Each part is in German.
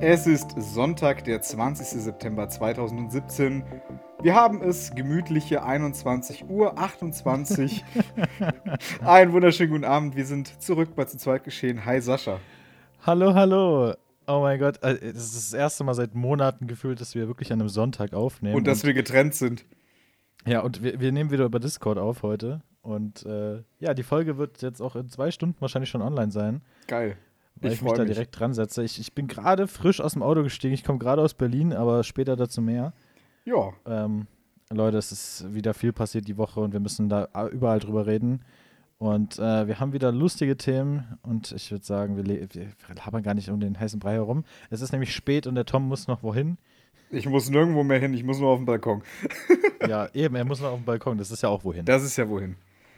Es ist Sonntag, der 20. September 2017. Wir haben es gemütliche 21 Uhr 28. Einen wunderschönen guten Abend. Wir sind zurück bei zu zweit geschehen. Hi Sascha. Hallo, hallo. Oh mein Gott, äh, das ist das erste Mal seit Monaten gefühlt, dass wir wirklich an einem Sonntag aufnehmen. Und dass wir getrennt sind. ja, und wir, wir nehmen wieder über Discord auf heute. Und äh, ja, die Folge wird jetzt auch in zwei Stunden wahrscheinlich schon online sein, Geil. weil ich, freu mich da direkt dran setze. Ich, ich bin gerade frisch aus dem Auto gestiegen. Ich komme gerade aus Berlin, aber später dazu mehr. Ja, Ähm, Leute, es ist wieder viel passiert die Woche und wir müssen da überall drüber reden. Und äh, wir haben wieder lustige Themen und ich würde sagen, wir, le- wir labern gar nicht um den heißen Brei herum. Es ist nämlich spät und der Tom muss noch wohin. ich muss nirgendwo mehr hin. Ich muss nur auf den Balkon. ja, eben, er muss noch auf den Balkon, das ist ja auch wohin. Das ist ja wohin.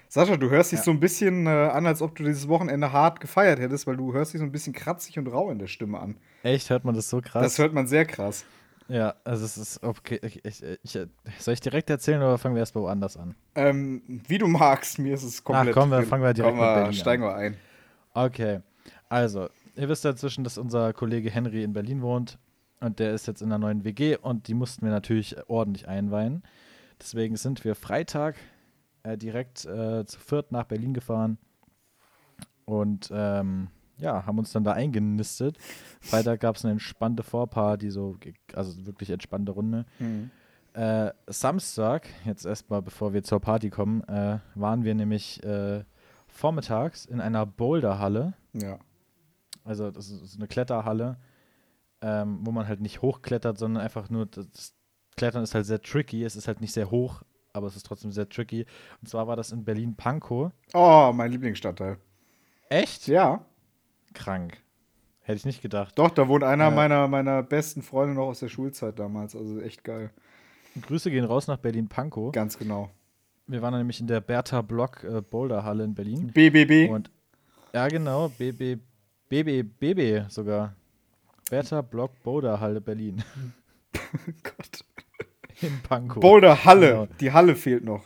Sascha, du hörst dich so ein bisschen äh, an, als ob du dieses Wochenende hart gefeiert hättest, weil du hörst dich so ein bisschen kratzig und rau in der Stimme an. Echt, hört man das so krass? Das hört man sehr krass. ja, also es ist, okay, ich, ich, ich, soll ich direkt erzählen oder fangen wir erst mal woanders an? Ähm, wie du magst, mir ist es komplett. komm, wir drin. fangen wir direkt komm, mit wir, Berlin Steigen wir ein. Okay, also, ihr wisst ja inzwischen, dass unser Kollege Henry in Berlin wohnt und der ist jetzt in einer neuen WG und die mussten wir natürlich ordentlich einweihen. Deswegen sind wir Freitag äh, direkt äh, zu viert nach Berlin gefahren und ähm, ja, haben uns dann da eingenistet. Freitag gab es eine entspannte Vorparty, so, ge- also wirklich entspannte Runde. Äh, Samstag, jetzt erstmal bevor wir zur Party kommen, äh, waren wir nämlich äh, vormittags in einer Boulderhalle. Ja. Also das ist so eine Kletterhalle, ähm, wo man halt nicht hochklettert, sondern einfach nur das- das Klettern ist halt sehr tricky. Es ist halt nicht sehr hoch, aber es ist trotzdem sehr tricky. Und zwar war das in Berlin Pankow. Oh, mein Lieblingsstadtteil. Echt? Ja. Krank. Hätte ich nicht gedacht. Doch, da wohnt einer Ja. meiner, meiner besten Freunde noch aus der Schulzeit damals. Also echt geil. Grüße gehen raus nach Berlin Pankow. Ganz genau. Wir Wir waren nämlich in der Bertha Block äh, Boulderhalle in Berlin. BBB. Und ja, genau, BB, BB, BB sogar. Bertha Block Boulder Halle Berlin Gott. in Pankow. Boulder Halle. Genau. Die Halle fehlt noch.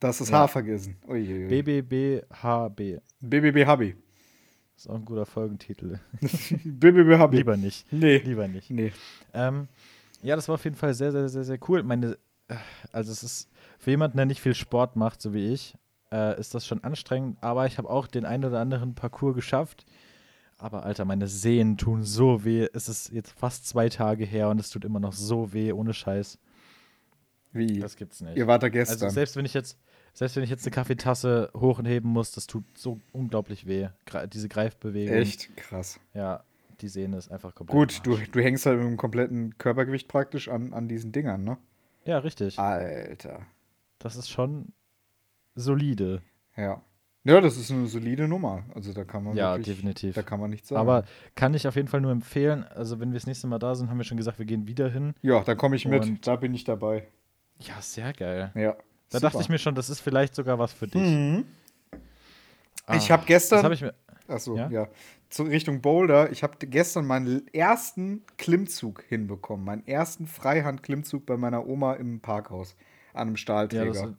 Das ist H vergessen. Uiuiui. BBBHB. BBB Hobby. Ist auch ein guter Folgentitel. BBB Hobby. Lieber nicht. Nee. Lieber nicht. Nee. Ähm, ja, das war auf jeden Fall sehr, sehr, sehr, sehr cool. Meine, äh, also es ist für jemanden, der nicht viel Sport macht, so wie ich, äh, ist das schon anstrengend. Aber ich habe auch den einen oder anderen Parcours geschafft. Aber Alter, meine Sehen tun so weh. Es ist jetzt fast zwei Tage her und es tut immer noch so weh, ohne Scheiß. Wie? Das gibt's nicht. Ihr wart da also gestern. selbst wenn ich jetzt, selbst wenn ich jetzt eine Kaffeetasse hochheben muss, das tut so unglaublich weh. Gra diese Greifbewegung. echt krass. Ja, die Sehne ist einfach komplett. im Gut, du, Arsch. du hängst halt mit dem kompletten Körpergewicht praktisch an, an diesen Dingern, ne? Ja, richtig. Ah. Alter. Das ist schon solide. Ja. Ja, das ist eine solide Nummer. Also da kann man Ja, wirklich, definitiv. Da kann man nichts sagen. Aber kann ich auf jeden Fall nur empfehlen. Also, wenn wir das nächste Mal da sind, haben wir schon gesagt, wir gehen wieder hin. ja, da komme ich mit. Und- Da bin ich dabei. Ja, sehr geil. Ja. Da dachte ich mir schon, das ist vielleicht sogar was für dich. Hm. Mhm. Ah, Ich habe Das gestern. habe ich mir. achso, ja. Ja? Zu Richtung Boulder. Ich habe gestern meinen ersten Klimmzug hinbekommen. Meinen ersten Freihand-Klimmzug bei meiner Oma im Parkhaus. An einem Ja, Stahlträger. das,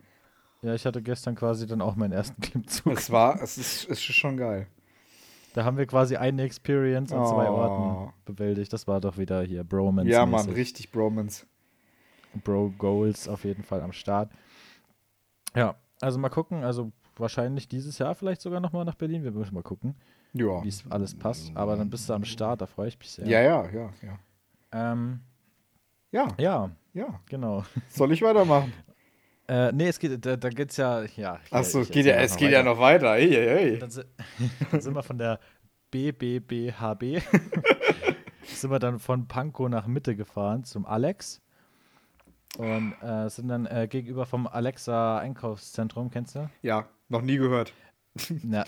ja, ich hatte gestern quasi dann auch meinen ersten Klimmzug. es war, es ist, es ist schon geil. Da haben wir quasi eine Experience an zwei Oh. Orten bewältigt. Das war doch wieder hier Bromance. Ja, Mann, richtig Bromance. Bro Goals auf jeden Fall am Start. Ja, also mal gucken. Also wahrscheinlich dieses Jahr vielleicht sogar nochmal nach Berlin. Wir müssen mal gucken, Ja. wie es alles passt. Aber dann bist du am Start, da freue ich mich sehr. Ja, ja, ja, ja. Ähm, Ja, ja, ja. genau. Soll ich weitermachen? Äh, nee, es geht, da, da geht's ja, ja. Achso, ich es geht ja, erzähl es geht ja weiter. noch weiter. Ey, ey, ey. Dann, si- dann sind wir von der BBBHB, sind wir dann von Pankow nach Mitte gefahren zum Alex und äh, sind dann äh, gegenüber vom Alexa Einkaufszentrum, kennst du? Ja, noch nie gehört. Na,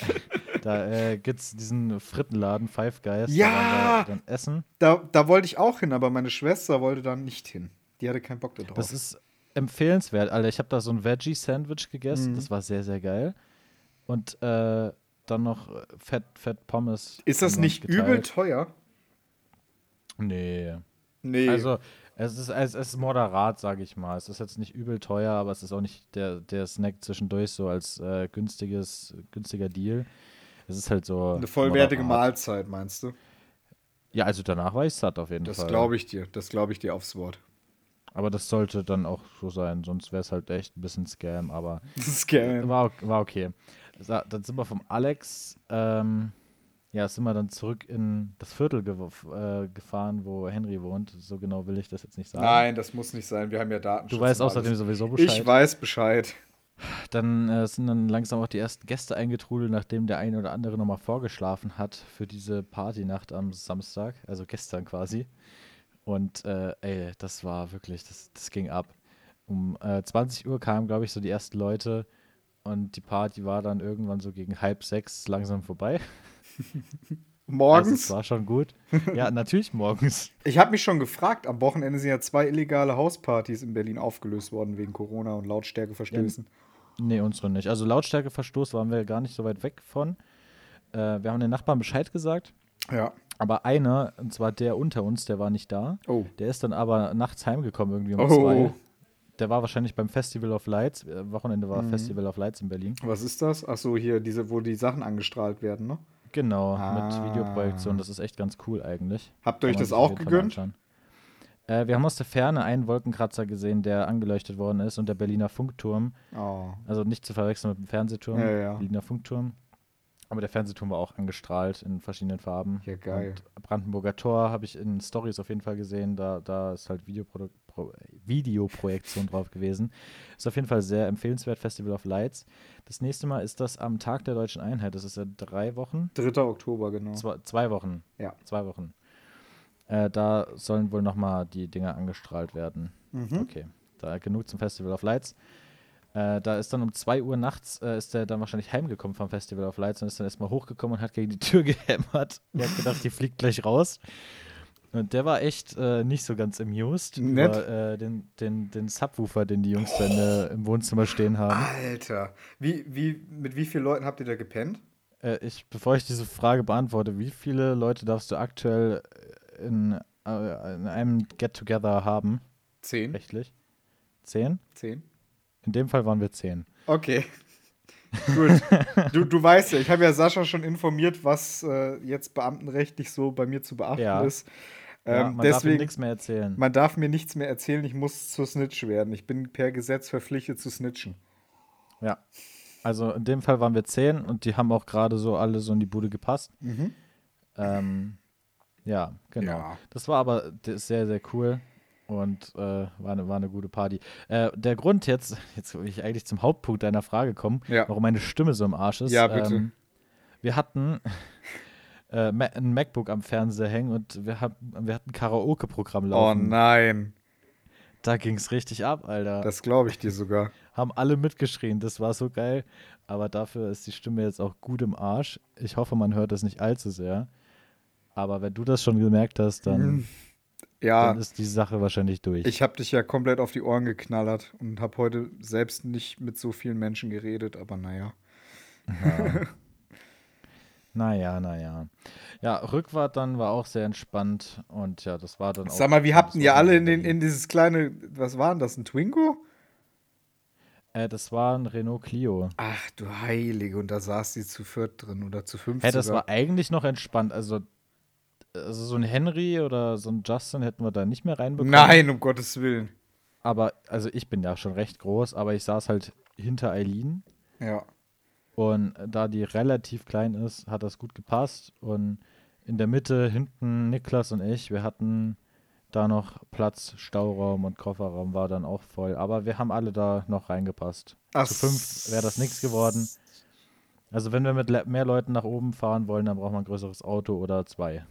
da äh, gibt's diesen Frittenladen Five Guys. Ja! Da waren wir dann essen. Da, da wollte ich auch hin, aber meine Schwester wollte da nicht hin. Die hatte keinen Bock da drauf. Das ist empfehlenswert, Alter. Ich habe da so ein Veggie-Sandwich Mhm. gegessen. Das war sehr, sehr geil. Und äh, dann noch äh, Fett, Fett Pommes. Ist das umsonst nicht übel geteilt. teuer? Nee. Nee. Also, es ist, es ist moderat, sage ich mal. Es ist jetzt nicht übel teuer, aber es ist auch nicht der, der Snack zwischendurch so als äh, günstiges, günstiger Deal. Es ist halt so. eine vollwertige moderat. Mahlzeit, meinst du? Ja, also danach war ich satt auf jeden Das Fall. glaube ich dir. Das glaube ich dir aufs Wort. Aber das sollte dann auch so sein, sonst wäre es halt echt ein bisschen Scam, aber Das ist geil. war, ok- war okay. So, dann sind wir vom Alex, ähm, ja, sind wir dann zurück in das Viertel gew- äh, gefahren, wo Henry wohnt. So genau will ich das jetzt nicht sagen. Nein, das muss nicht sein. Wir haben ja Daten. Du weißt außerdem sowieso Bescheid. Ich weiß Bescheid. Dann äh, sind dann langsam auch die ersten Gäste eingetrudelt, nachdem der eine oder andere nochmal vorgeschlafen hat für diese Partynacht am Samstag, also gestern quasi. Und äh, ey, das war wirklich, das, das ging ab. Um äh, 20 Uhr kamen, glaube ich, so die ersten Leute und die Party war dann irgendwann so gegen halb sechs langsam vorbei. Also, es Morgens. war schon gut. Ja, natürlich morgens. Ich habe mich schon gefragt, am Wochenende sind ja zwei illegale Hauspartys in Berlin aufgelöst worden wegen Corona und Lautstärkeverstößen. Nee, unsere nicht. Also Lautstärkeverstoß waren wir gar nicht so weit weg von. Äh, wir haben den Nachbarn Bescheid gesagt. Ja. Aber einer, und zwar der unter uns, der war nicht da. Oh. Der ist dann aber nachts heimgekommen irgendwie um Oh. zwei. Der war wahrscheinlich beim Festival of Lights. äh, Wochenende Mhm. war Festival of Lights in Berlin. Was ist das? Achso, hier, diese, wo die Sachen angestrahlt werden, ne? Genau, Ah. mit Videoprojektion. Das ist echt ganz cool eigentlich. Habt ihr euch Kann man das sich auch auf jeden Fall gegönnt? anschauen. Äh, wir haben aus der Ferne einen Wolkenkratzer gesehen, der angeleuchtet worden ist und der Berliner Funkturm. Oh. Also nicht zu verwechseln mit dem Fernsehturm, Ja, ja. Berliner Funkturm. Aber der Fernsehturm war auch angestrahlt in verschiedenen Farben. Ja, geil. Und Brandenburger Tor habe ich in Stories auf jeden Fall gesehen. Da, da ist halt Videoprodu- Pro Videoprojektion drauf gewesen. Ist auf jeden Fall sehr empfehlenswert, Festival of Lights. Das nächste Mal ist das am Tag der Deutschen Einheit. Das ist ja drei Wochen. 3. Oktober, genau. Zwei, zwei Wochen. Ja. Zwei Wochen. Äh, da sollen wohl nochmal die Dinger angestrahlt werden. Okay, da genug zum Festival of Lights. Äh, da ist dann um 2 Uhr nachts, äh, ist der dann wahrscheinlich heimgekommen vom Festival of Lights und ist dann erstmal hochgekommen und hat gegen die Tür gehämmert. Er hat gedacht, die fliegt gleich raus. Und der war echt äh, nicht so ganz amused Nett. über äh, den, den, den Subwoofer, den die Jungs dann äh, im Wohnzimmer stehen haben. Alter. Wie, wie, mit wie vielen Leuten habt ihr da gepennt? Äh, ich, bevor ich diese Frage beantworte, wie viele Leute darfst du aktuell in, äh, in einem Get-Together haben, Zehn. rechtlich? Zehn? Zehn. In dem Fall waren wir zehn. Okay. Gut. Du, du weißt ja, ich habe ja Sascha schon informiert, was äh, jetzt beamtenrechtlich so bei mir zu beachten Ja. ist. Ähm, ja, man darf ihm deswegen, nichts mehr erzählen. man darf mir nichts mehr erzählen, ich muss zur Snitch werden. Ich bin per Gesetz verpflichtet zu snitchen. Ja. Also in dem Fall waren wir zehn und die haben auch gerade so alle so in die Bude gepasst. Mhm. Ähm, ja, genau. Ja. Das war aber das ist sehr, sehr cool und äh, war, eine, war eine gute Party. Äh, der Grund jetzt, jetzt will ich eigentlich zum Hauptpunkt deiner Frage kommen, Ja. warum meine Stimme so im Arsch ist. Ähm, Ja, bitte. wir hatten äh, Ma- ein MacBook am Fernseher hängen und wir, haben, wir hatten ein Karaoke-Programm Oh laufen. nein, da ging es richtig ab, Alter das glaube ich dir sogar. haben alle mitgeschrien. Das war so geil. Aber dafür ist die Stimme jetzt auch gut im Arsch. Ich hoffe, man hört das nicht allzu sehr. Aber wenn du das schon gemerkt hast, dann, Ja, dann ist die Sache wahrscheinlich durch. ich habe dich ja komplett auf die Ohren geknallert und habe heute selbst nicht mit so vielen Menschen geredet, aber naja. naja, naja. Ja, Rückfahrt dann war auch sehr entspannt. Und ja, das war dann auch. Sag mal, wie habt das ihr war alle dann in, den, in dieses kleine, was war denn das, ein Twingo? Äh, das war ein Renault Clio. Ach du Heilige, und da saß sie zu viert drin oder zu fünf. Hey, das sogar. war eigentlich noch entspannt. Also, also so ein Henry oder so ein Justin hätten wir da nicht mehr reinbekommen. Nein, um Gottes Willen. Aber, also ich bin ja schon recht groß, aber ich saß halt hinter Eileen. Ja. Und da die relativ klein ist, hat das gut gepasst. Und in der Mitte, hinten Niklas und ich, wir hatten da noch Platz, Stauraum und Kofferraum war dann auch voll. Aber wir haben alle da noch reingepasst. Ach Zu fünf wäre das nichts geworden. Also wenn wir mit le- mehr Leuten nach oben fahren wollen, dann braucht man ein größeres Auto oder zwei.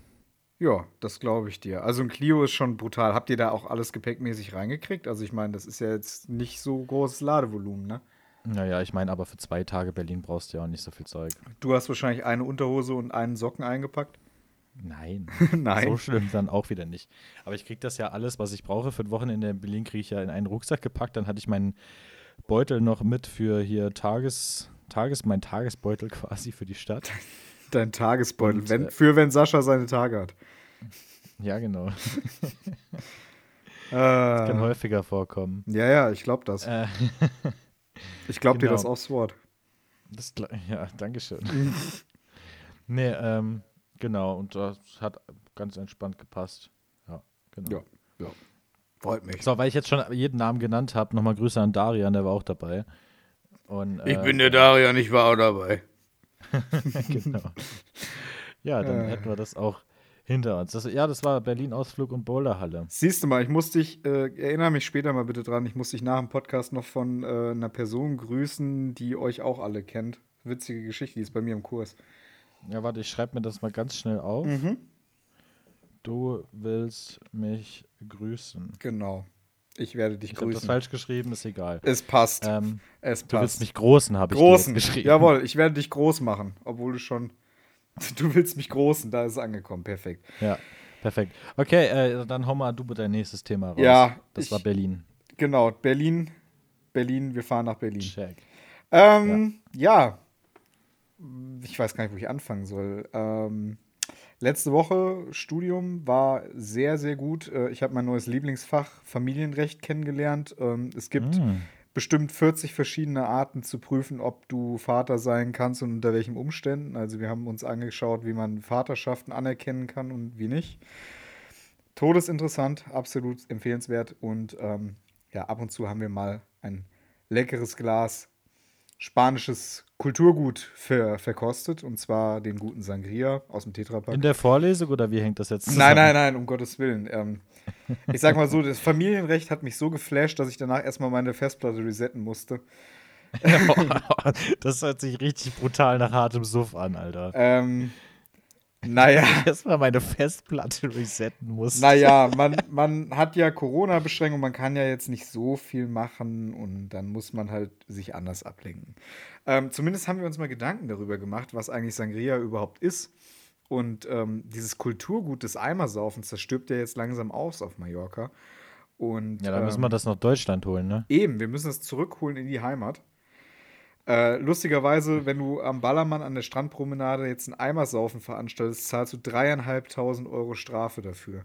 Ja, das glaube ich dir. Also ein Clio ist schon brutal. Habt ihr da auch alles gepäckmäßig reingekriegt? Also ich meine, das ist ja jetzt nicht so großes Ladevolumen, ne? Naja, ich meine, aber für zwei Tage Berlin brauchst du ja auch nicht so viel Zeug. Du hast wahrscheinlich eine Unterhose und einen Socken eingepackt. Nein. Nein. So schlimm dann auch wieder nicht. Aber ich kriege das ja alles, was ich brauche für ein Wochenende in Berlin, kriege ich ja in einen Rucksack gepackt. Dann hatte ich meinen Beutel noch mit für hier Tages, Tages mein Tagesbeutel quasi für die Stadt. Dein Tagesbeutel. Und, wenn, äh, für wenn Sascha seine Tage hat. Ja, genau. Kann Äh, häufiger vorkommen. ja, ja, ich glaube das. Äh, ich glaube dir genau. das aufs Wort. Das, gl- ja, danke schön. nee, ähm, genau. Und das hat ganz entspannt gepasst. Ja, genau. Ja, ja. Freut mich. So, weil ich jetzt schon jeden Namen genannt habe, nochmal Grüße an Darian, der war auch dabei. Und, Ich äh, bin der Darian, ich war auch dabei. genau. Ja, dann hätten wir das auch hinter uns. Das, ja, das war Berlin-Ausflug und Boulderhalle. Siehst du mal, ich muss dich, äh, erinnere mich später mal bitte dran, ich muss dich nach dem Podcast noch von äh, einer Person grüßen, die euch auch alle kennt. Witzige Geschichte, die ist bei mir im Kurs. Ja, warte, ich schreibe mir das mal ganz schnell auf. Du willst mich grüßen. Genau. Ich werde dich Ich habe das grüßen. falsch geschrieben, ist egal. Es passt. Ähm, es passt. du willst mich großen, habe ich dir jetzt großen. geschrieben. Jawohl, ich werde dich groß machen, obwohl du schon. Du willst mich großen, da ist es angekommen. Perfekt. Ja, perfekt. Okay, äh, dann hau mal du dein nächstes Thema raus. Ja, Das ich- war Berlin. Genau, Berlin. Berlin, wir fahren nach Berlin. Check. Ähm, ja. Ich weiß gar nicht, wo ich anfangen soll. Ähm, letzte Woche Studium war sehr, sehr gut. Äh, Ich habe mein neues Lieblingsfach Familienrecht kennengelernt. Ähm, es gibt bestimmt 40 verschiedene Arten zu prüfen, ob du Vater sein kannst und unter welchen Umständen. Also wir haben uns angeschaut, wie man Vaterschaften anerkennen kann und wie nicht. Todesinteressant, absolut empfehlenswert. Und ähm, ja, ab und zu haben wir mal ein leckeres Glas spanisches Kulturgut ver verkostet. Und zwar den guten Sangria aus dem Tetrapack. In der Vorlesung oder wie hängt das jetzt zusammen? Nein, nein, nein, um Gottes Willen. Ähm, ich sag mal so, das Familienrecht hat mich so geflasht, dass ich danach erstmal meine Festplatte resetten musste. das hört sich richtig brutal nach hartem Suff an, Alter. Ähm, naja, Erstmal meine Festplatte resetten muss. naja, man, man hat ja Corona-Beschränkungen, man kann ja jetzt nicht so viel machen und dann muss man halt sich anders ablenken. Ähm, zumindest haben wir uns mal Gedanken darüber gemacht, was eigentlich Sangria überhaupt ist. Und ähm, dieses Kulturgut des Eimersaufens, das stirbt ja jetzt langsam aus auf Mallorca. Und, Ja, dann ähm, müssen wir das nach Deutschland holen, ne? Eben, wir müssen es zurückholen in die Heimat. Äh, lustigerweise, wenn du am Ballermann an der Strandpromenade jetzt einen Eimersaufen veranstaltest, zahlst du dreieinhalbtausend Euro Strafe dafür.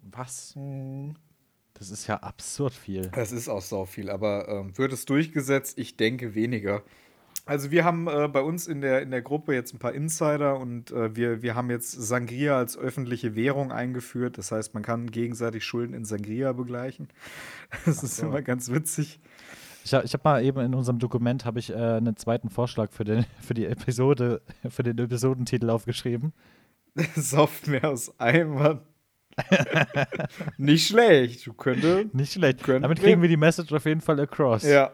Was? Das ist ja absurd viel. Das ist auch sau viel, aber ähm, wird es durchgesetzt? Ich denke weniger. Also wir haben äh, bei uns in der, in der Gruppe jetzt ein paar Insider und äh, wir, wir haben jetzt Sangria als öffentliche Währung eingeführt. Das heißt, man kann gegenseitig Schulden in Sangria begleichen. Das ist immer ganz witzig. Ich habe ich hab mal eben in unserem Dokument habe ich äh, einen zweiten Vorschlag für den für die Episode für den Episodentitel aufgeschrieben. Software aus Eimern. Nicht schlecht. Du könnte. Nicht schlecht. Könnten Damit wir. kriegen wir die Message auf jeden Fall across. Ja.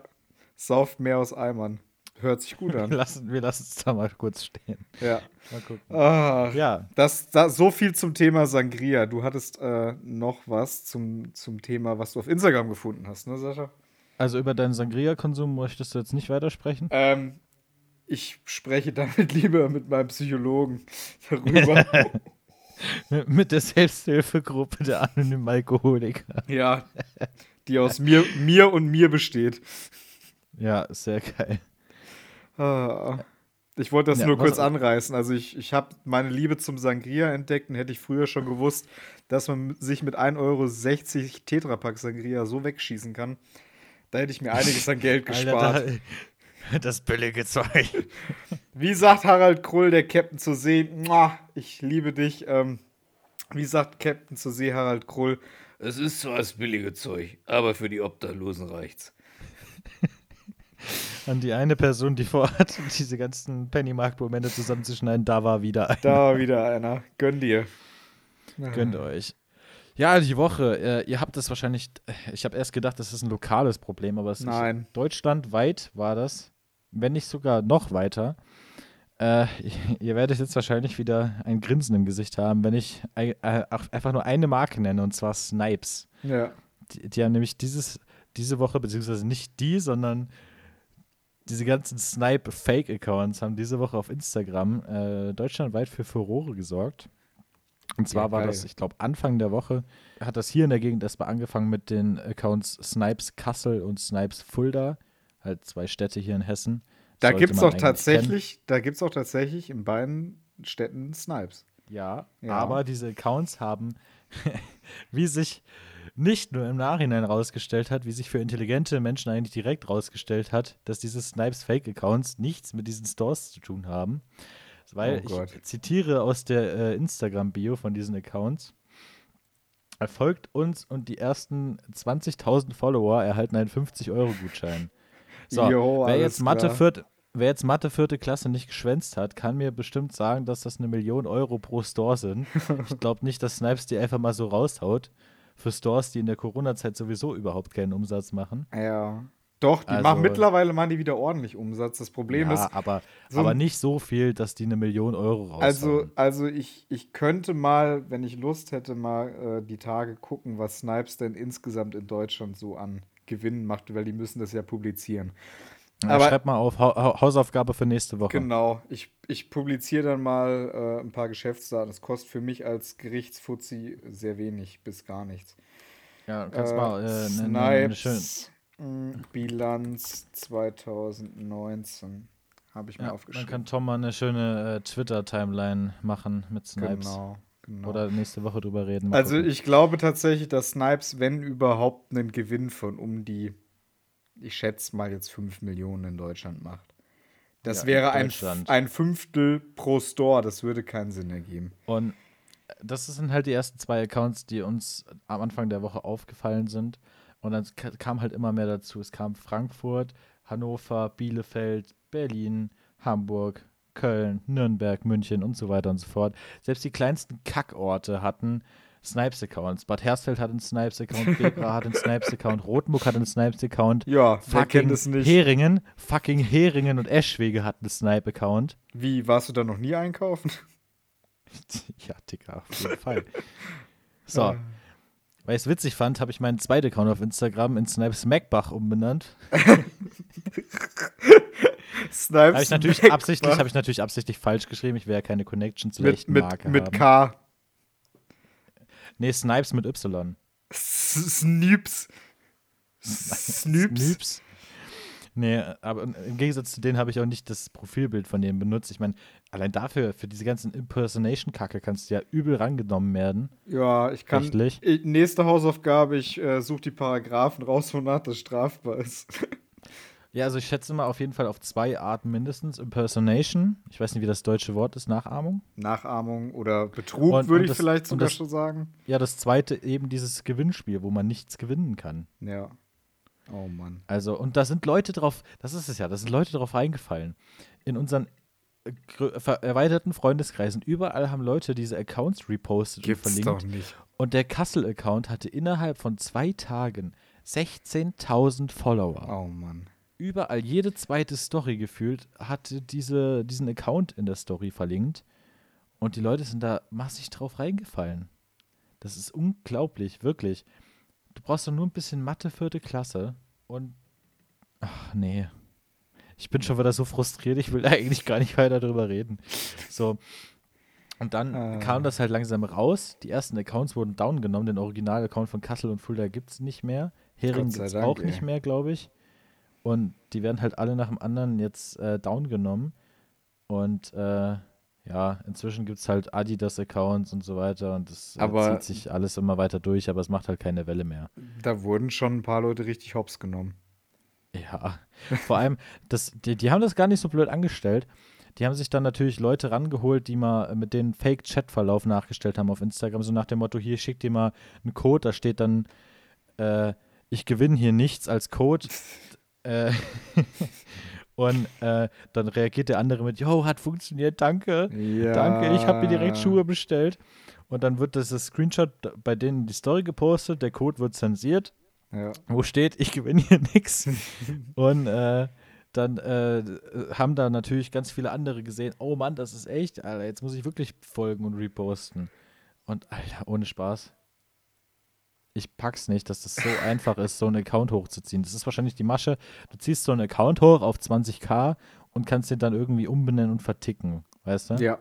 Software aus Eimern. Hört sich gut Wir an. lassen wir lassen es da mal kurz stehen. Ja. Mal gucken. Ah, Ja, Das, das, so viel zum Thema Sangria. Du hattest äh, noch was zum, zum Thema, was du auf Instagram gefunden hast, ne, Sascha? also über deinen Sangria-Konsum möchtest du jetzt nicht weitersprechen? Ähm, ich spreche damit lieber mit meinem Psychologen darüber. Mit der Selbsthilfegruppe der anonymen Alkoholiker. ja. Die aus mir, mir und mir besteht. Ja, sehr geil. Ah, Ich wollte das Ja, nur was- kurz anreißen. Also ich, ich habe meine Liebe zum Sangria entdeckt und hätte ich früher schon gewusst, dass man sich mit 1,60 Euro Tetrapack Sangria so wegschießen kann. Da hätte ich mir einiges an Geld gespart. Alter, da, das billige Zeug. Wie sagt Harald Krull, der Captain zur See, "Mua, ich liebe dich. Ähm, wie sagt Captain zur See Harald Krull, Es ist zwar das billige Zeug, aber für die Obdachlosen reicht's. An die eine Person, die vorhat, diese ganzen Pennymarkt-Momente zusammenzuschneiden, da war wieder ein. da war wieder einer, gönn dir. Gönnt euch. Ja, die Woche. Äh, ihr habt das wahrscheinlich. äh, Ich habe erst gedacht, das ist ein lokales Problem, aber es Nein. ist deutschlandweit war das, wenn nicht sogar noch weiter. Äh, ihr werdet jetzt wahrscheinlich wieder ein Grinsen im Gesicht haben, wenn ich ei- äh, auch einfach nur eine Marke nenne und zwar Snipes. Ja. Die, die haben nämlich dieses, diese Woche, beziehungsweise nicht die, sondern diese ganzen Snipe-Fake-Accounts haben diese Woche auf Instagram äh, deutschlandweit für Furore gesorgt. Und zwar Ja, war geil. das, ich glaube, Anfang der Woche hat das hier in der Gegend erstmal angefangen mit den Accounts Snipes Kassel und Snipes Fulda, halt zwei Städte hier in Hessen. Da Sollte gibt es man auch eigentlich tatsächlich, da gibt's auch tatsächlich in beiden Städten Snipes. Ja, Ja. aber diese Accounts haben, wie sich nicht nur im Nachhinein rausgestellt hat, wie sich für intelligente Menschen eigentlich direkt rausgestellt hat, dass diese Snipes Fake Accounts nichts mit diesen Stores zu tun haben, Weil Oh Gott. ich zitiere aus der äh, Instagram-Bio von diesen Accounts. Er folgt uns und die ersten 20.000 Follower erhalten einen 50-Euro-Gutschein. So, Jo, wer, alles jetzt Mathe klar. vierte, wer jetzt Mathe vierte Klasse nicht geschwänzt hat, kann mir bestimmt sagen, dass das eine Million Euro pro Store sind. Ich glaube nicht, dass Snipes die einfach mal so raushaut. Für Stores, die in der Corona-Zeit sowieso überhaupt keinen Umsatz machen. Ja. Doch, die Also- machen mittlerweile machen die wieder ordentlich Umsatz. Das Problem ja, ist, aber, so aber ein- nicht so viel, dass die eine Million Euro raushauen. also, also ich, ich könnte mal, wenn ich Lust hätte, mal äh, die Tage gucken, was Snipes denn insgesamt in Deutschland so an Gewinnen macht, weil die müssen das ja publizieren. Ja, aber- schreib mal auf, Hau- Hau- Hausaufgabe für nächste Woche. Genau, ich, ich publiziere dann mal äh, ein paar Geschäftsdaten. Das kostet für mich als Gerichtsfuzzi sehr wenig bis gar nichts. Ja, kannst Äh, mal äh, ne- ne- ne- ne- schön. Snipes mh, Bilanz 2019 habe ich mir Ja, man aufgeschrieben. kann Tom mal eine schöne äh, Twitter-Timeline machen mit Snipes. Genau, genau. Oder nächste Woche drüber reden. mal also gucken. ich glaube tatsächlich, dass Snipes, wenn überhaupt, einen Gewinn von um die, ich schätze mal jetzt 5 Millionen in Deutschland macht. Das Ja, in wäre ein, Deutschland. ein Fünftel pro Store, das würde keinen Sinn ergeben. Und das sind halt die ersten zwei Accounts, die uns am Anfang der Woche aufgefallen sind. Und dann ka- kam halt immer mehr dazu. Es kam Frankfurt, Hannover, Bielefeld, Berlin, Hamburg, Köln, Nürnberg, München und so weiter und so fort. Selbst die kleinsten Kackorte hatten Snipes-Accounts. Bad Hersfeld hat einen Snipes-Account, Begra hat einen Snipes-Account, Rotmuck hat einen Snipes-Account. Ja, wer fucking kennt es nicht? Heringen, fucking Heringen und Eschwege hatten einen Snipe-Account. Wie, warst du da noch nie einkaufen? Ja, Digga, auf jeden Fall. So. Weil ich es witzig fand, habe ich meinen zweiten Account auf Instagram in Snipes Mackbach umbenannt. Snipes Habe ich natürlich Mac absichtlich, war- habe ich natürlich absichtlich falsch geschrieben. Ich will ja keine Connection zu der mit, echten mit, Marke mit haben. K. nee, Snipes mit Y. S- Sneeps. Sneeps. Snipes. Nee, aber im Gegensatz zu denen habe ich auch nicht das Profilbild von denen benutzt. Ich meine, allein dafür, für diese ganzen Impersonation-Kacke kannst du ja übel rangenommen werden. Ja, ich kann. Richtig. Ich, nächste Hausaufgabe, ich äh, suche die Paragraphen raus, wonach das strafbar ist. Ja, also ich schätze mal auf jeden Fall auf zwei Arten mindestens. Impersonation, ich weiß nicht, wie das deutsche Wort ist, Nachahmung. Nachahmung oder Betrug, Und- würde und ich das- vielleicht und sogar das- schon sagen. Ja, das zweite eben dieses Gewinnspiel, wo man nichts gewinnen kann. Ja. Oh Mann. Also, und da sind Leute drauf, das ist es ja, da sind Leute drauf reingefallen. In unseren äh, grö- ver- erweiterten Freundeskreisen, überall haben Leute diese Accounts repostet und verlinkt. nicht. Und der Kassel-Account hatte innerhalb von zwei Tagen 16.000 Follower. Oh Mann. überall jede zweite Story gefühlt hatte diese, diesen Account in der Story verlinkt und die Leute sind da massig drauf reingefallen. Das ist unglaublich, wirklich. Du brauchst doch nur ein bisschen Mathe vierte Klasse und ach nee. Ich bin schon wieder so frustriert, ich will eigentlich gar nicht weiter drüber reden. So. Und dann Ah. kam das halt langsam raus. Die ersten Accounts wurden downgenommen. Den Original-Account von Kassel und Fulda gibt es nicht mehr. Hering Gott sei gibt es Dank, auch ey. nicht mehr, glaube ich. Und die werden halt alle nach dem anderen jetzt äh, down genommen. Und äh, ja, inzwischen gibt es halt Adidas-Accounts und so weiter. Und das äh, Aber- zieht sich alles immer weiter durch, aber es macht halt keine Welle mehr. Da wurden schon ein paar Leute richtig hops genommen. Ja, vor allem, das, die, die haben das gar nicht so blöd angestellt. Die haben sich dann natürlich Leute rangeholt, die mal äh, mit den Fake-Chat-Verlauf nachgestellt haben auf Instagram. So nach dem Motto: hier schickt dir mal einen Code, da steht dann, äh, ich gewinne hier nichts als Code. äh, und äh, dann reagiert der andere mit: yo, hat funktioniert, danke. Ja. Danke, ich habe mir direkt Schuhe bestellt. Und dann wird das das Screenshot bei denen in die Story gepostet, der Code wird zensiert Ja. wo steht, ich gewinne hier nichts. Und äh, dann äh, haben da natürlich ganz viele andere gesehen, oh Mann, das ist echt, Alter, jetzt muss ich wirklich folgen und reposten. Und Alter, ohne Spaß. Ich pack's nicht, dass das so einfach ist, so einen Account hochzuziehen. Das ist wahrscheinlich die Masche. Du ziehst so einen Account hoch auf 20k und kannst den dann irgendwie umbenennen und verticken. Weißt du? ja.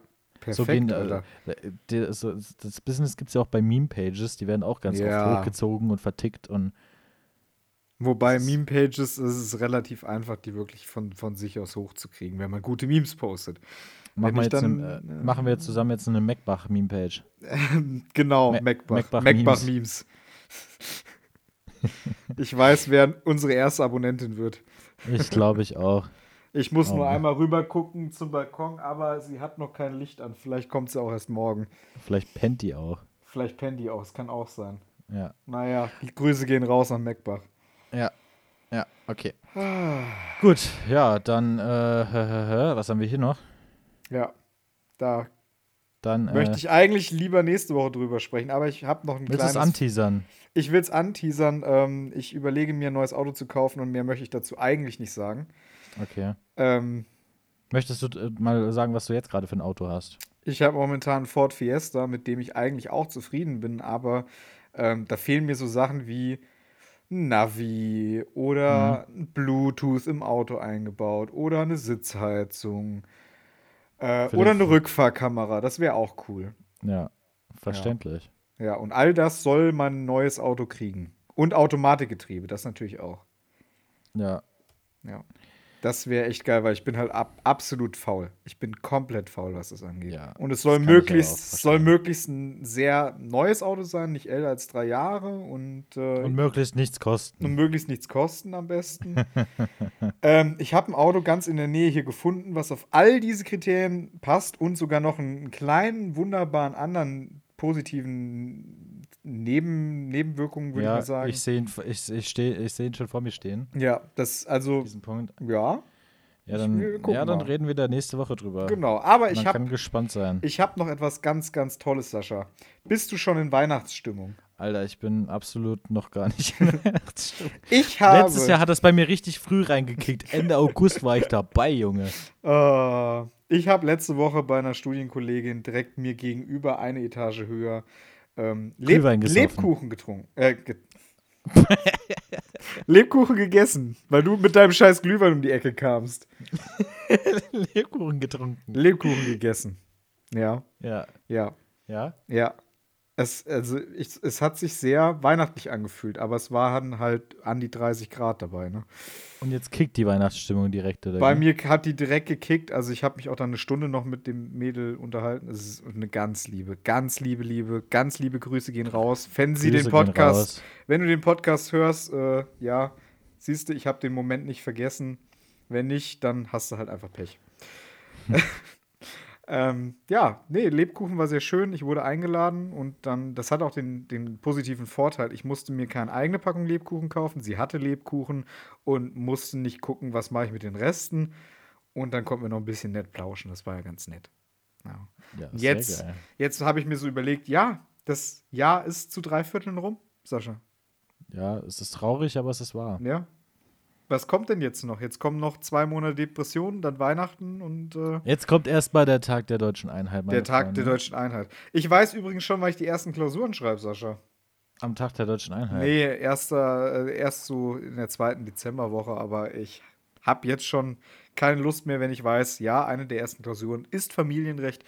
So Perfekt, gehen, äh, Alter. äh, die, so, das Business gibt es ja auch bei Meme-Pages, die werden auch ganz Ja. oft hochgezogen und vertickt und Wobei Meme-Pages ist es relativ einfach, die wirklich von, von sich aus hochzukriegen, wenn man gute Memes postet. Machen Wenn wir, ich jetzt dann, eine- äh, äh, machen wir jetzt zusammen jetzt eine Macbach-Meme-Page. Genau, Ma- Macbach. Macbach Macbach-Memes. ich weiß, wer unsere erste Abonnentin wird. Ich glaube ich auch. Ich muss Oh, nur Mann. einmal rüber gucken zum Balkon, aber sie hat noch kein Licht an. Vielleicht kommt sie auch erst morgen. Vielleicht pennt die auch. Vielleicht pennt die auch, es kann auch sein. Ja. Naja, die Grüße gehen raus an Meckbach. Ja. Ja, okay. Ah. Gut, ja, dann, äh, hä, hä, hä, was haben wir hier noch? Ja, da Dann äh, möchte ich eigentlich lieber nächste Woche drüber sprechen, aber ich habe noch ein willst du es kleines... anteasern? ich will es anteasern. Ähm, ich überlege mir, ein neues Auto zu kaufen und mehr möchte ich dazu eigentlich nicht sagen. Okay. Ähm, Möchtest du äh, mal sagen, was du jetzt gerade für ein Auto hast? Ich habe momentan einen Ford Fiesta, mit dem ich eigentlich auch zufrieden bin, aber ähm, da fehlen mir so Sachen wie ein Navi oder ein Bluetooth im Auto eingebaut oder eine Sitzheizung äh, Vielleicht- oder eine Rückfahrkamera. Das wäre auch cool. Ja, verständlich. Ja, und all das soll mein neues Auto kriegen. Und Automatikgetriebe, das natürlich auch. Ja. Ja. Das wäre echt geil, weil ich bin halt ab, absolut faul. Ich bin komplett faul, was das angeht. Ja, und es soll das kann ich aber auch möglichst, verstehen. soll möglichst ein sehr neues Auto sein, nicht älter als drei Jahre und, äh, Und und, möglichst nichts kosten. möglichst nichts kosten am besten. ähm, ich habe ein Auto ganz in der Nähe hier gefunden, was auf all diese Kriterien passt und sogar noch einen kleinen, wunderbaren anderen positiven Neben Nebenwirkungen, würde ich ja, mal sagen. ich sehe ihn, ich, ich steh, ich seh ihn schon vor mir stehen. ja, das, also, Diesen Punkt. ja, Ja, Ich dann, will gucken ja, dann mal. reden wir da nächste Woche drüber. genau. Aber Man ich habe kann gespannt sein. Ich habe noch etwas ganz, ganz Tolles, Sascha. Bist du schon in Weihnachtsstimmung? Alter, ich bin absolut noch gar nicht in Weihnachtsstimmung. Ich habe. Letztes Jahr hat das bei mir richtig früh reingekickt. Ende August war ich dabei, Junge. Äh, ich habe letzte Woche bei einer Studienkollegin direkt mir gegenüber eine Etage höher ähm, Leb Glühwein gesoffen. Lebkuchen getrunken. Äh, ge Lebkuchen gegessen, weil du mit deinem scheiß Glühwein um die Ecke kamst. Lebkuchen getrunken. Lebkuchen gegessen. Ja, Ja, ja, ja. ja. Es, also ich, es hat sich sehr weihnachtlich angefühlt, aber es waren halt an die 30 Grad dabei. Ne? Und jetzt kickt die Weihnachtsstimmung direkt, ne? oder? Bei wie? mir hat die direkt gekickt. Also ich habe mich auch dann eine Stunde noch mit dem Mädel unterhalten. Es ist eine ganz liebe, ganz liebe, liebe, ganz liebe Grüße gehen raus. Wenn sie Grüße den gehen Podcast, raus. wenn du den Podcast hörst, äh, ja, siehst du, ich habe den Moment nicht vergessen. Wenn nicht, dann hast du halt einfach Pech. ähm, ja, nee, Lebkuchen war sehr schön. Ich wurde eingeladen und dann, das hat auch den, den positiven Vorteil. Ich musste mir keine eigene Packung Lebkuchen kaufen. Sie hatte Lebkuchen und musste nicht gucken, was mache ich mit den Resten. Und dann konnten wir noch ein bisschen nett plauschen. Das war ja ganz nett. Ja. Ja, sehr Jetzt, geil. jetzt habe ich mir so überlegt, ja, das Jahr ist zu drei Vierteln rum, Sascha. Ja, es ist traurig, aber es ist wahr. Ja. Was kommt denn jetzt noch? Jetzt kommen noch zwei Monate Depressionen, dann Weihnachten und äh, Jetzt kommt erstmal der Tag der deutschen Einheit. meine der Tag Freunde. der deutschen Einheit. Ich weiß übrigens schon, weil ich die ersten Klausuren schreibe, Sascha. Am Tag der deutschen Einheit. Nee, erster, äh, erst so in der zweiten Dezemberwoche, aber ich habe jetzt schon keine Lust mehr, wenn ich weiß, ja, eine der ersten Klausuren ist Familienrecht.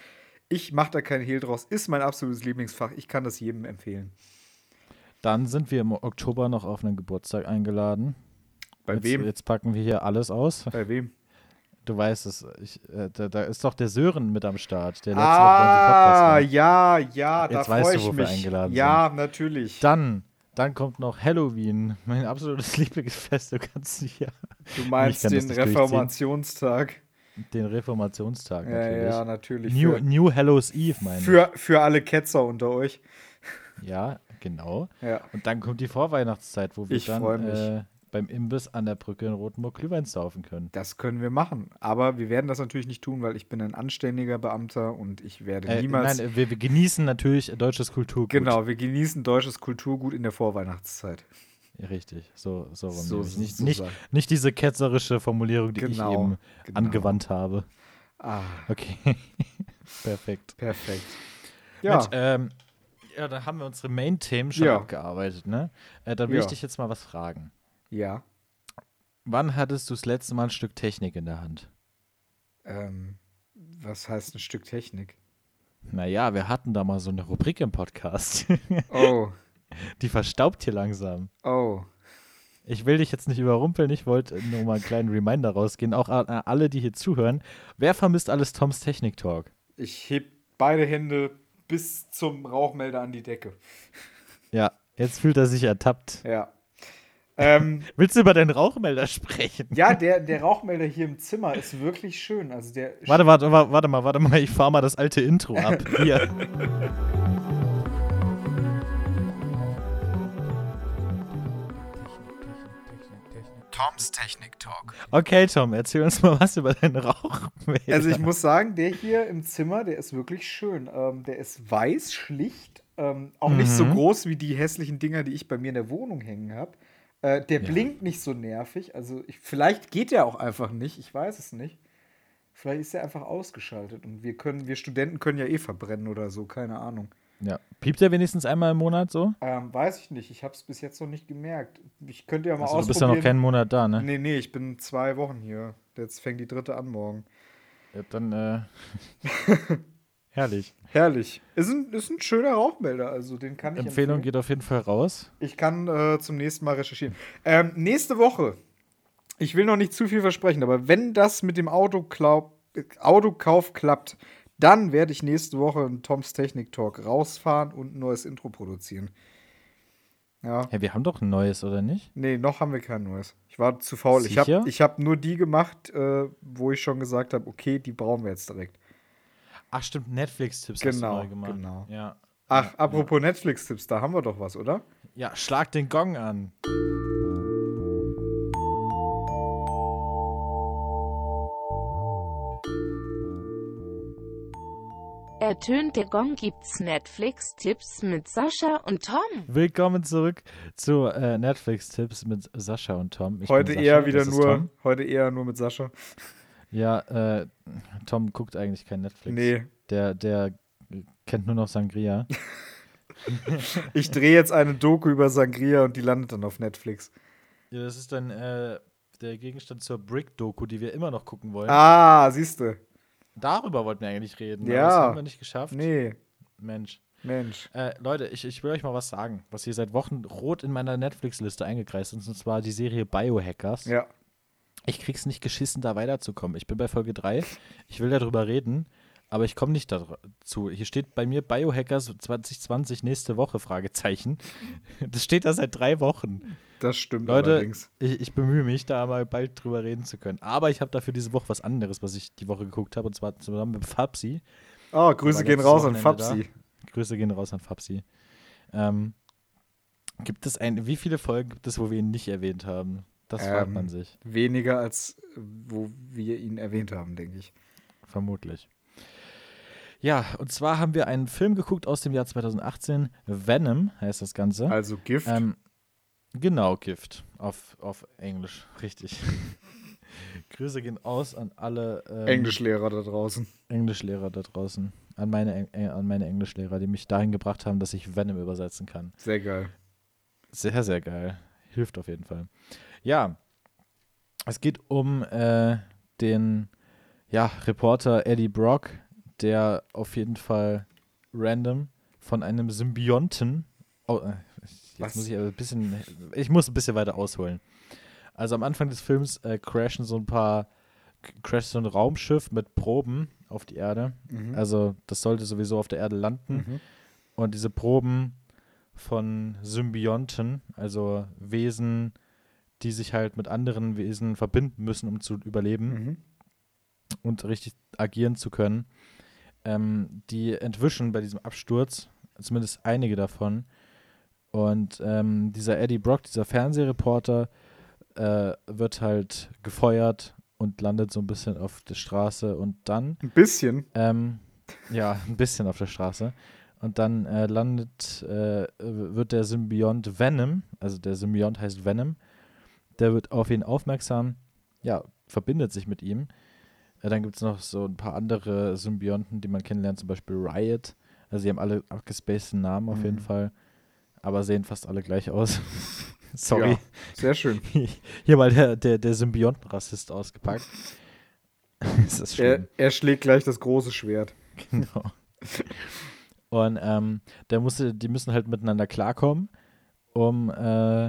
Ich mache da keinen Hehl draus, ist mein absolutes Lieblingsfach. Ich kann das jedem empfehlen. Dann sind wir im Oktober noch auf einen Geburtstag eingeladen. Bei jetzt, wem? Jetzt packen wir hier alles aus. Bei wem? Du weißt es. Ich, äh, da, da ist doch der Sören mit am Start, der letzte Ah, Woche bei uns im Podcast war. ja, ja, da Jetzt weißt freue du, ich wo wir mich. eingeladen ja, natürlich. Dann, dann kommt noch Halloween, mein absolutes Lieblingsfest im ganzen Jahr. du meinst kann das den nicht durchziehen. Reformationstag. Den Reformationstag Ja, natürlich. ja, natürlich. New, New Hallows Eve, meine ich. für, für, für alle Ketzer unter euch. Ja, genau. Ja. Und dann kommt die Vorweihnachtszeit, wo wir Ich freu dann mich. äh, beim Imbiss an der Brücke in Rotenburg Glühwein saufen können. Das können wir machen. Aber wir werden das natürlich nicht tun, weil ich bin ein anständiger Beamter und ich werde Äh, niemals. nein, äh, wir, wir genießen natürlich deutsches Kulturgut. genau, wir genießen deutsches Kulturgut in der Vorweihnachtszeit. Ja, Richtig, so, so, rum So- nämlich. nicht, so nicht, sagen. nicht diese ketzerische Formulierung, die ich Genau, eben genau. angewandt habe. Ah, Okay, perfekt. perfekt. Ja, Mensch, ähm, ja, da haben wir unsere Main-Themen schon Ja. abgearbeitet, ne? Äh, dann will Ja. ich dich jetzt mal was fragen. ja. Wann hattest du das letzte Mal ein Stück Technik in der Hand? Ähm, was heißt ein Stück Technik? Naja, wir hatten da mal so eine Rubrik im Podcast. Oh, die verstaubt hier langsam. oh. Ich will dich jetzt nicht überrumpeln, ich wollte nur mal einen kleinen Reminder rausgehen, auch an an alle, die hier zuhören. Wer vermisst alles Toms Technik-Talk? Ich heb beide Hände bis zum Rauchmelder an die Decke. Ja, jetzt fühlt er sich ertappt. Ja. Ähm, Willst du über deinen Rauchmelder sprechen? ja, der, der Rauchmelder hier im Zimmer ist wirklich schön. Also der Warte, warte, wa- warte mal, warte mal, ich fahr mal das alte Intro ab. Hier. Toms Technik Talk. Okay, Tom, erzähl uns mal was über deinen Rauchmelder. Also ich muss sagen, der hier im Zimmer, der ist wirklich schön. Ähm, der ist weiß, schlicht, ähm, auch nicht so Mhm. groß wie die hässlichen Dinger, die ich bei mir in der Wohnung hängen habe. Äh, der blinkt nicht so nervig. Also ich, vielleicht geht der auch einfach nicht. Ich weiß es nicht. Vielleicht ist er einfach ausgeschaltet und wir können, wir Studenten können ja eh verbrennen oder so, keine Ahnung. ja. Piept er wenigstens einmal im Monat so? Ähm, weiß ich nicht. Ich habe es bis jetzt noch nicht gemerkt. Ich könnte ja mal Also, du bist ja ausprobieren. noch keinen Monat da, ne? Nee, nee, ich bin zwei Wochen hier. Jetzt fängt die dritte an morgen. Ja, dann, äh. Herrlich. Herrlich. Ist ein, ist ein schöner Rauchmelder, also den kann ich Empfehlung empfehlen. geht auf jeden Fall raus. Ich kann äh, zum nächsten Mal recherchieren. Ähm, nächste Woche. Ich will noch nicht zu viel versprechen, aber wenn das mit dem Autoklau- äh, Autokauf klappt, dann werde ich nächste Woche in Toms Technik Talk rausfahren und ein neues Intro produzieren. Ja. Ja, wir haben doch ein neues, oder nicht? Nee, noch haben wir kein neues. Ich war zu faul. Ich Sicher? habe ich hab nur die gemacht, äh, wo ich schon gesagt habe, okay, die brauchen wir jetzt direkt. Ach, stimmt, Netflix-Tipps Genau, hast du neu gemacht. genau. Ja. Ach, apropos Netflix-Tipps, da haben wir doch was, oder? ja, schlag den Gong an. Ertönt der Gong gibt's Netflix-Tipps mit Sascha und Tom. Willkommen zurück zu äh, Netflix-Tipps mit Sascha und Tom. Ich heute bin Sascha, eher wieder das ist nur, Tom. heute eher nur mit Sascha. Ja, äh, Tom guckt eigentlich kein Netflix. Nee, Der, der kennt nur noch Sangria. ich drehe jetzt eine Doku über Sangria und die landet dann auf Netflix. ja, das ist dann äh, der Gegenstand zur Brick-Doku, die wir immer noch gucken wollen. Ah, siehst du. Darüber wollten wir eigentlich reden. Ja. Aber das haben wir nicht geschafft. Nee, Mensch. Mensch. Äh, Leute, ich, ich will euch mal was sagen, was hier seit Wochen rot in meiner Netflix-Liste eingekreist ist, und zwar die Serie Biohackers. Ja. Ich krieg's nicht geschissen, da weiterzukommen. Ich bin bei Folge 3. Ich will darüber reden, aber ich komme nicht dazu. Hier steht bei mir Biohackers 2020 nächste Woche, Fragezeichen. Das steht da seit drei Wochen. Das stimmt Leute, allerdings. ich, ich bemühe mich, da mal bald drüber reden zu können. Aber ich habe dafür diese Woche was anderes, was ich die Woche geguckt habe, und zwar zusammen mit Fabsi. Oh, Grüße war gehen letztes raus an Wochenende Fabsi. Grüße gehen raus an Fabsi. Ähm, gibt es ein, wie viele Folgen gibt es, wo wir ihn nicht erwähnt haben? Das fragt Ähm. man sich, Weniger als äh, wo wir ihn erwähnt haben, denke ich. vermutlich. Ja, und zwar haben wir einen Film geguckt aus dem Jahr 2018, Venom heißt das Ganze. Also Gift. Ähm, genau, Gift. Auf, auf Englisch, richtig. Grüße gehen aus an alle ähm, Englischlehrer da draußen. Englischlehrer da draußen. An meine, Eng- äh, an meine Englischlehrer, die mich dahin gebracht haben, dass ich Venom übersetzen kann. Sehr geil. Sehr, sehr geil. Hilft auf jeden Fall. Ja, es geht um äh, den ja, Reporter Eddie Brock, der auf jeden Fall random von einem Symbionten. Oh, äh, jetzt Was? muss ich aber ein bisschen. Ich muss ein bisschen weiter ausholen. Also am Anfang des Films äh, crashen so ein paar. crasht so ein Raumschiff mit Proben auf die Erde. Also das sollte sowieso auf der Erde Mhm. landen. Und diese Proben von Symbionten, also Wesen, die sich halt mit anderen Wesen verbinden müssen, um zu überleben Mhm. und richtig agieren zu können, ähm, die entwischen bei diesem Absturz, zumindest einige davon. Und ähm, dieser Eddie Brock, dieser Fernsehreporter, äh, wird halt gefeuert und landet so ein bisschen auf der Straße und dann Ein Mhm. bisschen. ähm, ja, ein bisschen auf der Straße. Und dann äh, landet, äh, wird der Symbiont Venom, also der Symbiont heißt Venom, der wird auf ihn aufmerksam, ja, verbindet sich mit ihm. Äh, dann gibt es noch so ein paar andere Symbionten, die man kennenlernt, zum Beispiel Riot. Also die haben alle abgespaceden Namen auf jeden Mhm. Fall, aber sehen fast alle gleich aus. Sorry. Ja, sehr schön. Hier mal der, der, der Symbionten-Rassist ausgepackt. das ist schlimm. Er, er schlägt gleich das große Schwert. Genau. Und ähm, der musste, die müssen halt miteinander klarkommen, um äh,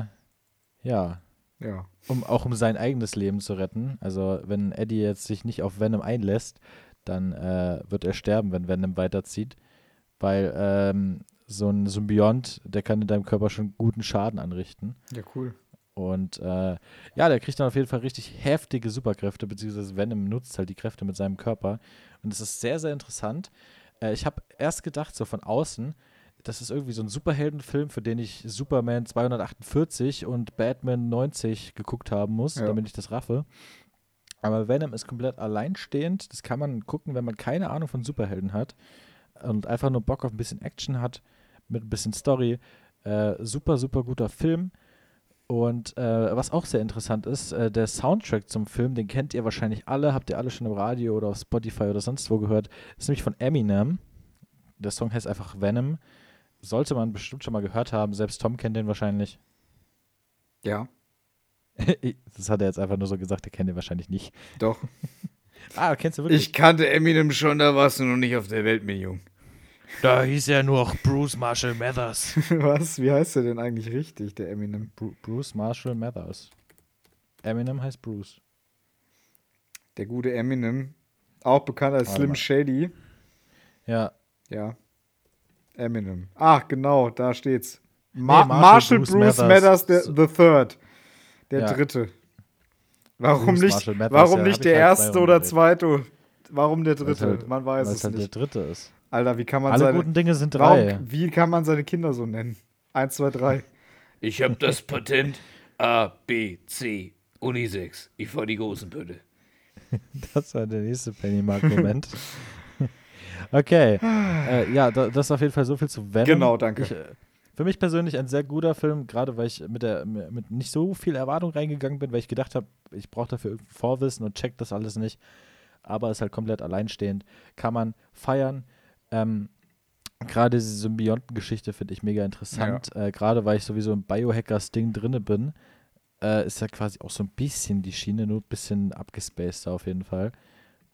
ja, Ja. um auch um sein eigenes Leben zu retten. Also wenn Eddie jetzt sich nicht auf Venom einlässt, dann äh, wird er sterben, wenn Venom weiterzieht, weil ähm, so ein Symbiont, der kann in deinem Körper schon guten Schaden anrichten. Ja, cool. Und äh, ja, der kriegt dann auf jeden Fall richtig heftige Superkräfte, beziehungsweise Venom nutzt halt die Kräfte mit seinem Körper. Und es ist sehr, sehr interessant. Äh, ich habe erst gedacht, so von außen, das ist irgendwie so ein Superheldenfilm, für den ich Superman 248 und Batman 90 geguckt haben muss, Ja. damit ich das raffe. Aber Venom ist komplett alleinstehend. Das kann man gucken, wenn man keine Ahnung von Superhelden hat und einfach nur Bock auf ein bisschen Action hat, mit ein bisschen Story. Äh, super, super guter Film. Und äh, was auch sehr interessant ist, äh, der Soundtrack zum Film, den kennt ihr wahrscheinlich alle, habt ihr alle schon im Radio oder auf Spotify oder sonst wo gehört, ist nämlich von Eminem. Der Song heißt einfach Venom. Sollte man bestimmt schon mal gehört haben, selbst Tom kennt den wahrscheinlich. Ja, das hat er jetzt einfach nur so gesagt, der kennt den wahrscheinlich nicht. doch. Ah, kennst du wirklich? Ich kannte Eminem schon, da warst du noch nicht auf der Welt, mein Junge. da hieß er nur Bruce Marshall Mathers. Was? Wie heißt er denn eigentlich richtig, der Eminem? Bruce Marshall Mathers. Eminem heißt Bruce. Der gute Eminem. Auch bekannt als Warte Slim mal. Shady. Ja, Ja. Eminem. Ach, genau, da steht's. Nee, Ma Marshall Marshall, Bruce Bruce Mathers. Mathers, the, the Third. Der Ja. dritte. Warum Bruce nicht, Marshall Mathers, warum ja, hab nicht ich der halt erste bei oder umgedreht. zweite? Warum der Weil's dritte? halt- Also, Man weiß weil's es halt nicht. der dritte ist. Alter, wie kann man Alle seine. guten Dinge sind drei. warum, wie kann man seine Kinder so nennen? Eins, zwei, drei. Ich habe das Patent A, B, C, Unisex. Ich fahr die großen Pötte. Das war der nächste Pennymark-Moment. okay. äh, ja, da, das ist auf jeden Fall so viel zu Venom. Genau, danke. Ich, äh, für mich persönlich ein sehr guter Film, gerade weil ich mit, der, mit nicht so viel Erwartung reingegangen bin, weil ich gedacht habe, ich brauche dafür irgendein Vorwissen und check das alles nicht. Aber ist halt komplett alleinstehend. Kann man feiern. Ähm, gerade diese Symbiontengeschichte finde ich mega interessant. Äh, gerade weil ich sowieso im Biohackers-Ding drinne bin äh, ist ja quasi auch so ein bisschen die Schiene, nur ein bisschen abgespaced auf jeden Fall.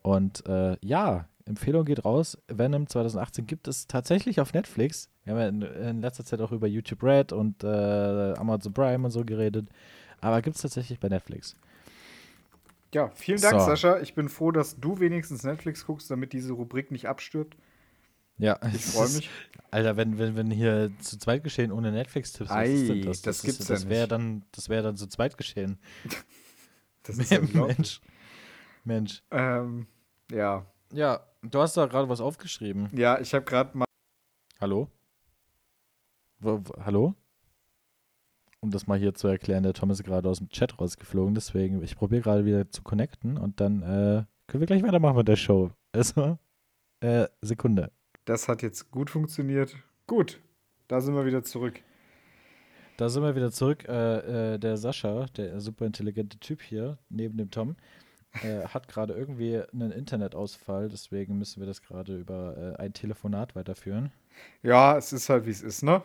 Und äh, ja, Empfehlung geht raus. Venom 2018 gibt es tatsächlich auf Netflix. Wir haben ja in, in letzter Zeit auch über YouTube Red und äh, Amazon Prime und so geredet. Aber gibt es tatsächlich bei Netflix. Ja, vielen Dank, So. Sascha. Ich bin froh, dass du wenigstens Netflix guckst, damit diese Rubrik nicht abstirbt. Ja, Ich freu mich. Alter, wenn, wenn, wenn hier zu zweit geschehen ohne Netflix-Tipps, was ist denn Ei, das? das ist- gibt's ja das wäre nicht. dann, das wäre dann zu zweit geschehen. Das ist ja unglaublich. Mensch. Mensch. Ähm, ja. Ja, du hast da gerade was aufgeschrieben. Ja, ich habe gerade mal. Hallo? Wo, wo, hallo? Um das mal hier zu erklären, der Tom ist gerade aus dem Chat rausgeflogen, deswegen, ich probiere gerade wieder zu connecten und dann äh, können wir gleich weitermachen mit der Show. Also, äh, Sekunde. Das hat jetzt gut funktioniert. Gut, da sind wir wieder zurück. Da sind wir wieder zurück. Äh, äh, der Sascha, der super intelligente Typ hier, neben dem Tom, äh, hat gerade irgendwie einen Internetausfall, deswegen müssen wir das gerade über äh, ein Telefonat weiterführen. Ja, es ist halt, wie es ist, ne?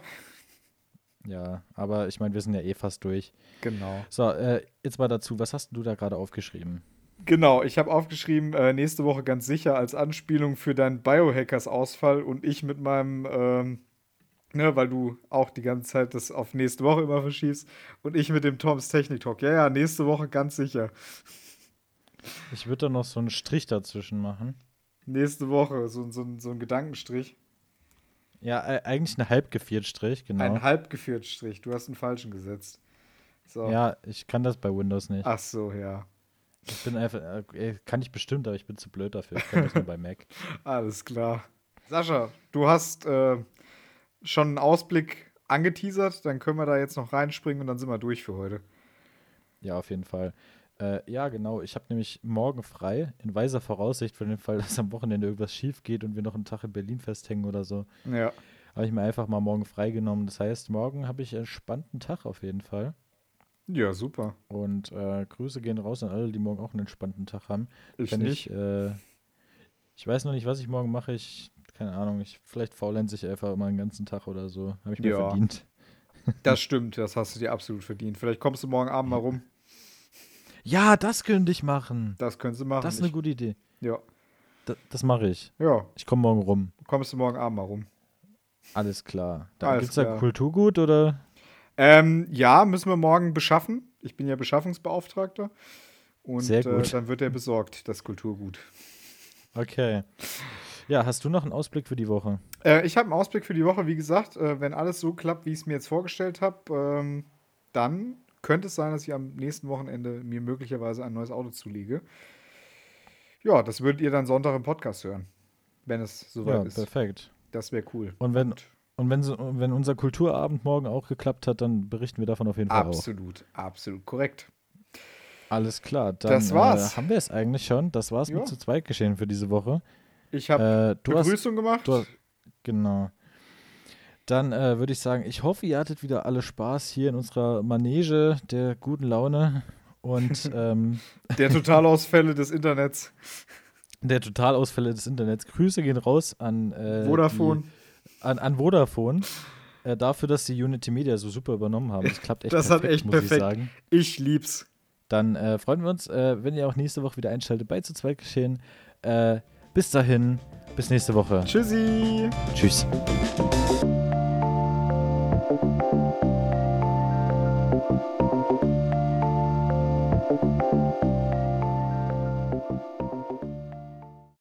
Ja, aber ich meine, wir sind ja eh fast durch. Genau. So, äh, jetzt mal dazu, was hast du da gerade aufgeschrieben? Genau, ich habe aufgeschrieben, äh, nächste Woche ganz sicher als Anspielung für deinen Biohackers-Ausfall und ich mit meinem, ähm, ne, weil du auch die ganze Zeit das auf nächste Woche immer verschiebst und ich mit dem Toms Technik-Talk. Ja, ja, nächste Woche ganz sicher. Ich würde da noch so einen Strich dazwischen machen. Nächste Woche, so, so, so ein Gedankenstrich. Ja, äh, eigentlich einen Halbgeviertstrich, genau. Ein halbgeführter Strich, du hast einen falschen gesetzt. So. ja, ich kann das bei Windows nicht. Ach so, ja. Ich bin einfach, äh, kann ich bestimmt, aber ich bin zu blöd dafür. Ich kann das nur bei Mac. Alles klar. Sascha, du hast äh, schon einen Ausblick angeteasert, dann können wir da jetzt noch reinspringen und dann sind wir durch für heute. Ja, auf jeden Fall. Äh, ja, genau. Ich habe nämlich morgen frei, in weiser Voraussicht für den Fall, dass am Wochenende irgendwas schief geht und wir noch einen Tag in Berlin festhängen oder so. Ja. Habe ich mir einfach mal morgen frei genommen. Das heißt, morgen habe ich einen entspannten Tag auf jeden Fall. Ja, super. Und äh, Grüße gehen raus an alle, die morgen auch einen entspannten Tag haben. Ich Wenn nicht. Ich, äh, ich weiß noch nicht, was ich morgen mache. Ich, keine Ahnung, ich, vielleicht faulenze ich einfach mal einen ganzen Tag oder so. Habe ich mir Ja. verdient. Das stimmt, das hast du dir absolut verdient. Vielleicht kommst du morgen Abend mal rum. Ja, das könnte ich machen. Das können sie machen. Das ist eine gute Idee. Ich- ja. Da, das mache ich. ja, Ich komme morgen rum. kommst du morgen Abend mal rum. Alles klar. Da Alles gibt es da klar. Kulturgut oder? Ähm, ja, müssen wir morgen beschaffen. Ich bin ja Beschaffungsbeauftragter. Und Sehr Äh, gut. dann wird er besorgt, das Kulturgut. Okay. Ja, hast du noch einen Ausblick für die Woche? Äh, ich habe einen Ausblick für die Woche. Wie gesagt, äh, wenn alles so klappt, wie ich es mir jetzt vorgestellt habe, ähm, dann könnte es sein, dass ich am nächsten Wochenende mir möglicherweise ein neues Auto zulege. Ja, das würdet ihr dann Sonntag im Podcast hören, wenn es soweit Ja, ist. perfekt. Das wäre cool. Und wenn, und wenn, so- und wenn unser Kulturabend morgen auch geklappt hat, dann berichten wir davon auf jeden Fall auch. Absolut, absolut korrekt. Alles klar, dann Das war's. Äh, haben wir es eigentlich schon. Das war's Ja. mit zu zweit geschehen für diese Woche. Ich habe Äh, du hast- Begrüßung gemacht. Du hast, genau. Dann äh, würde ich sagen, ich hoffe, ihr hattet wieder alle Spaß hier in unserer Manege der guten Laune und ähm, Der Totalausfälle des Internets. der Totalausfälle des Internets. Grüße gehen raus an äh, Vodafone. Die, an, an Vodafone. Äh, dafür, dass die Unity Media so super übernommen haben. Das klappt echt Das hat perfekt, echt muss ich perfekt. sagen. Ich lieb's. Dann äh, freuen wir uns, äh, wenn ihr auch nächste Woche wieder einschaltet bei zu zweit geschehen. Äh, bis dahin, bis nächste Woche. Tschüssi. Tschüss.